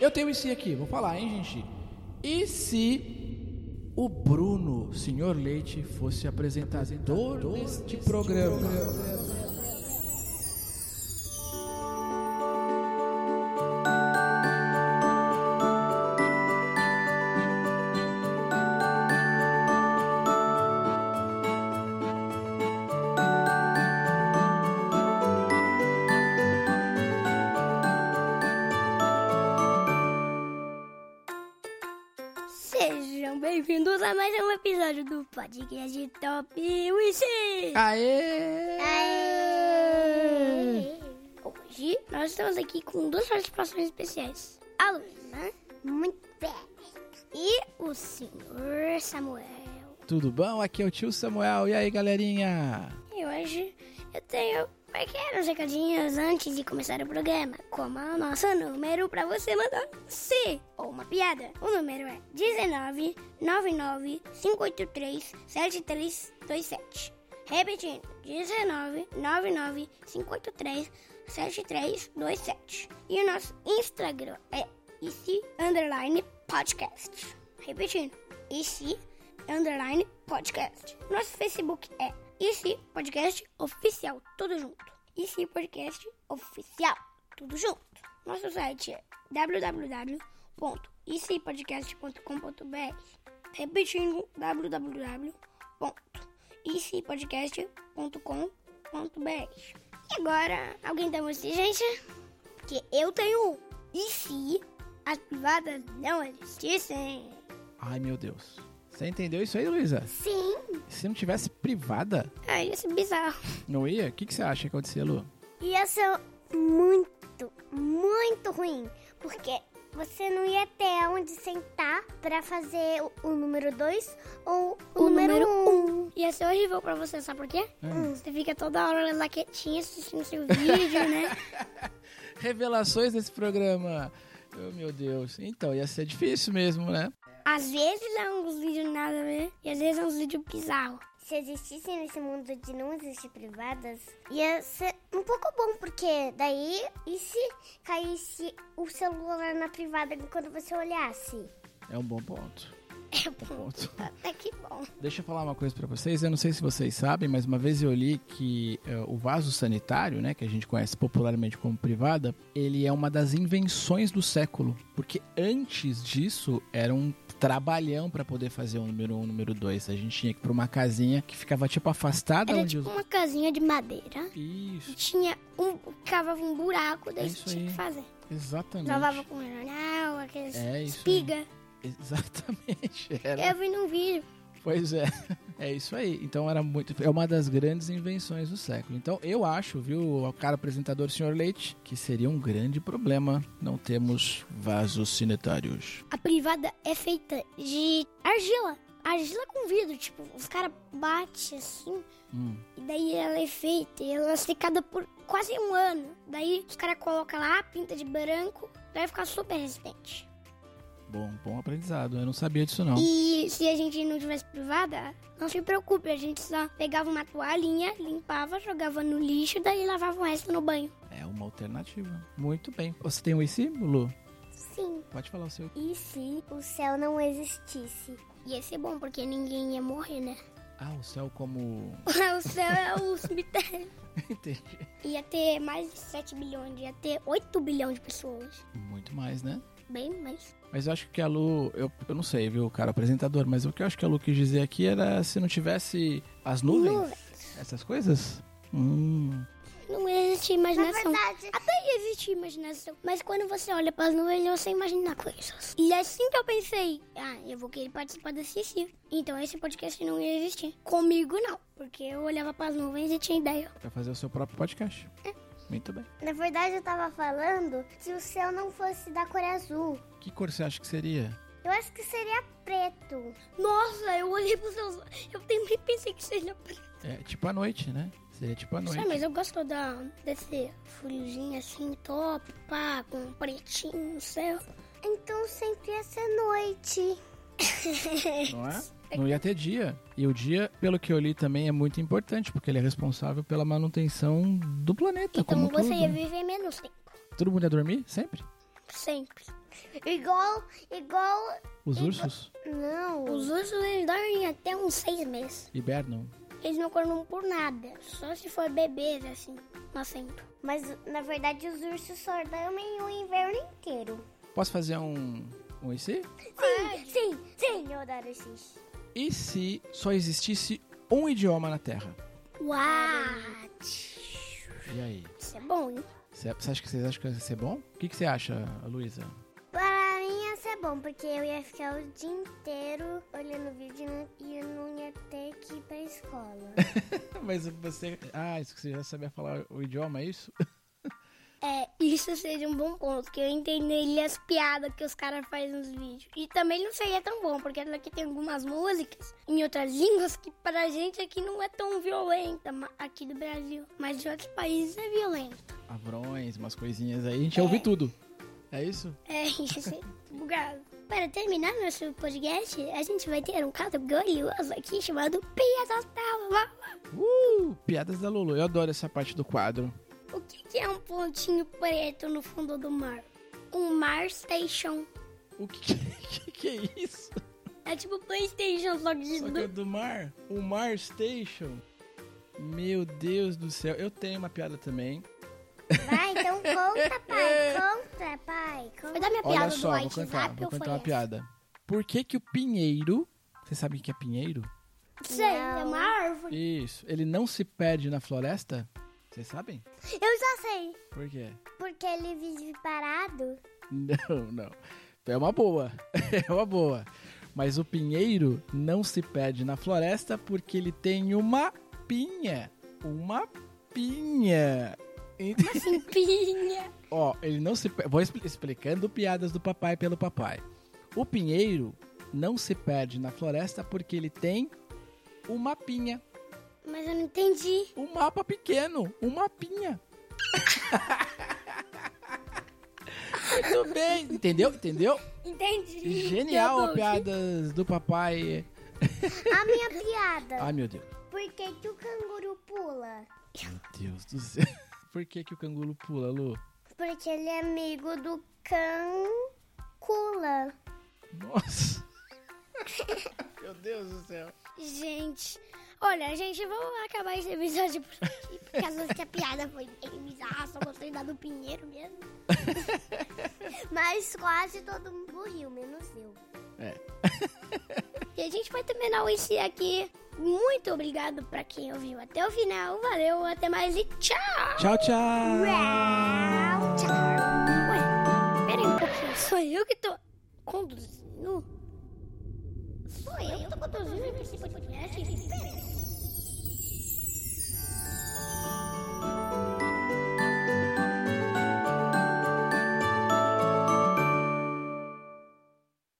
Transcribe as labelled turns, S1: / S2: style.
S1: Eu tenho esse aqui, vou falar, hein, gente? E se o Bruno, senhor Leite, fosse apresentador deste programa?
S2: Sejam bem-vindos a mais um episódio do podcast Top Wish!
S1: Aê!
S2: Hoje nós estamos aqui com duas participações especiais. A Luísa, muito bem, e o senhor Samuel.
S1: Tudo bom? Aqui é o tio Samuel. E aí, galerinha?
S2: E hoje eu tenho pequenos recadinhos antes de começar o programa, como é o nosso número para você mandar se ou uma piada. O número é 19 99 583 7327. Repetindo, 19 99 583 7327. E o nosso Instagram é esse underline podcast. Repetindo, esse underline podcast. Nosso Facebook é IC Podcast Oficial, tudo junto. IC Podcast Oficial, tudo junto. Nosso site é www.icpodcast.com.br Repetindo, www.icpodcast.com.br E agora, alguém tem você, gente? Que eu tenho um. E se as privadas não existissem?
S1: Ai, meu Deus. Você entendeu isso aí, Luísa?
S2: Sim.
S1: Se não tivesse privada,
S2: Ah, isso é bizarro.
S1: não ia? O que, que você acha que acontecia, Lu?
S2: Ia ser muito, muito ruim, porque você não ia ter onde sentar para fazer o, o número 2 ou o, número 1. Um. Hum. Ia ser horrível para você, sabe por quê? Você fica toda hora lá quietinha assistindo seu vídeo, né?
S1: Revelações desse programa. Oh, meu Deus. Então, ia ser difícil mesmo, né?
S2: Às vezes é uns vídeos nada a ver, e às vezes é uns vídeos bizarros.
S3: se existissem nesse mundo de não existir privadas, ia ser um pouco bom, porque daí, e se caísse o celular na privada quando você olhasse?
S1: É um bom ponto.
S2: É
S1: Tá Bom
S2: bom.
S1: ponto.
S2: Até que bom.
S1: Deixa eu falar uma coisa pra vocês. Eu não sei se vocês sabem, mas uma vez eu li que eh, o vaso sanitário, né, que a gente conhece popularmente como privada, ele é uma das invenções do século, porque antes disso era um trabalhão pra poder fazer um número um, um número dois. A gente tinha que ir pra uma casinha que ficava tipo afastada
S2: Era
S1: onde
S2: tipo uma casinha de madeira.
S1: os... Isso,
S2: Tinha um. cavava um buraco, daí
S1: É
S2: você
S1: isso
S2: tinha
S1: aí.
S2: que fazer.
S1: exatamente.
S2: Lavava com jornal, aquelas
S1: É isso aí.
S2: espigas.
S1: Exatamente. Era
S2: Eu vi num vídeo.
S1: Pois é, é isso aí. Então era muito, é uma das grandes invenções do século. Então eu acho, viu, o cara apresentador, senhor Leite, que seria um grande problema não termos vasos sanitários.
S2: A privada é feita de argila. Argila com vidro, tipo, os caras batem assim,
S1: Hum.
S2: e daí ela é feita, e ela é secada por quase um ano. Daí os caras colocam lá, pinta de branco, vai ficar super resistente.
S1: Bom, bom aprendizado. Eu não sabia disso não.
S2: E se a gente não tivesse privada, não se preocupe, a gente só pegava uma toalhinha, limpava, jogava no lixo, daí lavava o resto no banho.
S1: É uma alternativa. Muito bem. Você tem um IC, Lu?
S3: Sim.
S1: Pode falar o seu.
S3: E se o céu não existisse?
S2: Ia ser bom, porque ninguém ia morrer, né?
S1: Ah, o céu como
S2: o céu é o cemitério.
S1: Entendi.
S2: Ia ter mais de 7 bilhões, ia ter 8 bilhões de pessoas.
S1: Muito mais, né?
S2: Bem mais.
S1: Mas eu acho que a Lu, eu, eu não sei, viu, cara, apresentador, mas o que eu acho que a Lu quis dizer aqui era se não tivesse as nuvens, essas coisas. Hum,
S2: Não existe
S3: Na
S2: imaginação.
S3: verdade,
S2: Até existe imaginação. Mas quando você olha para as nuvens, você imagina coisas. E é assim que eu pensei, ah, eu vou querer participar desse sim. Então esse podcast não ia existir. Comigo não, porque eu olhava para as nuvens e tinha ideia.
S1: vai fazer o seu próprio podcast.
S2: É.
S1: Muito bem.
S3: na verdade eu tava falando se o céu não fosse da cor azul.
S1: Que cor você acha que seria?
S3: Eu acho que seria preto.
S2: Nossa, eu olhei para os seus... Eu também pensei que seja preto.
S1: É tipo a noite, né? Seria tipo a noite.
S2: Sei, mas eu gosto da, desse friozinho assim, top, pá, com pretinho no céu.
S3: Então sempre ia ser noite.
S1: Não é? Não ia ter dia. E o dia, pelo que eu li também, é muito importante, porque ele é responsável pela manutenção do planeta.
S2: Então
S1: como
S2: você
S1: tudo,
S2: ia
S1: né?
S2: viver menos tempo.
S1: Todo mundo ia dormir? Sempre?
S2: Sempre.
S3: Igual, igual.
S1: Os ursos
S3: Não.
S2: Os ursos eles dormem até uns seis meses.
S1: hibernam.
S2: Eles não acordam por nada. Só se for bebês, assim, nascendo.
S3: Mas na verdade os ursos só dormem o inverno inteiro.
S1: Posso fazer um, um e se?
S3: Sim, sim, sim, eu adoro esses.
S1: E se só existisse um idioma na Terra?
S2: What?
S1: E aí?
S2: Isso é bom, hein?
S1: Cê- Você acha que vocês acham que vai ser bom? O que, que você acha, Luísa?
S3: Para mim ia ser bom, porque eu ia ficar o dia inteiro olhando vídeo e não- e eu não ia ter que ir pra escola.
S1: Tá, Mas você. Ah, isso que você já sabia falar o idioma, é isso?
S2: É, isso seria um bom ponto, que eu entenderia as piadas que os caras fazem nos vídeos. E também não seria tão bom, porque aqui tem algumas músicas em outras línguas que pra gente aqui não é tão violenta, ma- aqui do Brasil. Mas de outros países é violenta.
S1: Avrões, umas coisinhas aí. A gente ia ouvir tudo. É isso?
S2: É, isso é bugado. Para terminar nosso podcast, a gente vai ter um caso glorioso aqui chamado Piadas da Lula.
S1: Uh! Piadas da Lulu. Eu adoro essa parte do quadro.
S2: O que que é um pontinho preto no fundo do mar? Um Mar Station.
S1: O que, que, que é isso?
S2: É tipo Playstation, só que de
S1: Só que é do mar? O Mar Station? Meu Deus do céu. Eu tenho uma piada também.
S3: Vai, então conta, pai, conta, pai.
S2: Foi
S3: Conta.
S2: da minha piada
S1: Olha
S2: do
S1: só, vou
S2: WhatsApp
S1: contar, vou
S2: ou foi
S1: contar uma
S2: essa?
S1: piada. Por que que o pinheiro... Você sabe o que é pinheiro?
S2: Sei, é uma árvore.
S1: Isso. Ele não se perde na floresta? Vocês sabem?
S3: Eu já sei,
S1: Por quê?
S3: porque ele vive parado.
S1: Não, não. É uma boa. É uma boa. Mas o pinheiro não se perde na floresta porque ele tem uma pinha. Uma pinha. Ent-
S2: Simpinha.
S1: Ó, ele não se. pe- Vou expli- explicando piadas do papai pelo papai. O pinheiro não se perde na floresta porque ele tem uma pinha.
S2: Mas eu não entendi.
S1: Um mapa pequeno. Uma pinha. Muito bem. Entendeu? Entendeu?
S2: Entendi.
S1: Genial
S2: Tá bom.
S1: piadas do papai.
S3: A minha piada.
S1: Ai, meu Deus.
S3: Por que, que o canguru pula?
S1: Meu Deus do céu. Por que, que o canguru pula, Lu?
S3: Porque ele é amigo do cancula.
S1: Nossa. Meu Deus do céu.
S2: Gente, olha, gente, vamos acabar esse episódio por aqui. Por causa que a piada foi bem bizarra, só mostrei da do Pinheiro mesmo.
S3: Mas quase todo mundo riu, menos eu.
S1: É.
S2: E a gente vai terminar o IC aqui. Muito obrigado pra quem ouviu até o final. Valeu, até mais e tchau!
S1: Tchau, tchau.
S3: Tchau, tchau.
S2: Ué, pera aí um pouquinho, sou eu que tô conduzindo? Sou eu que tô conduzindo esse podcast? Pera aí.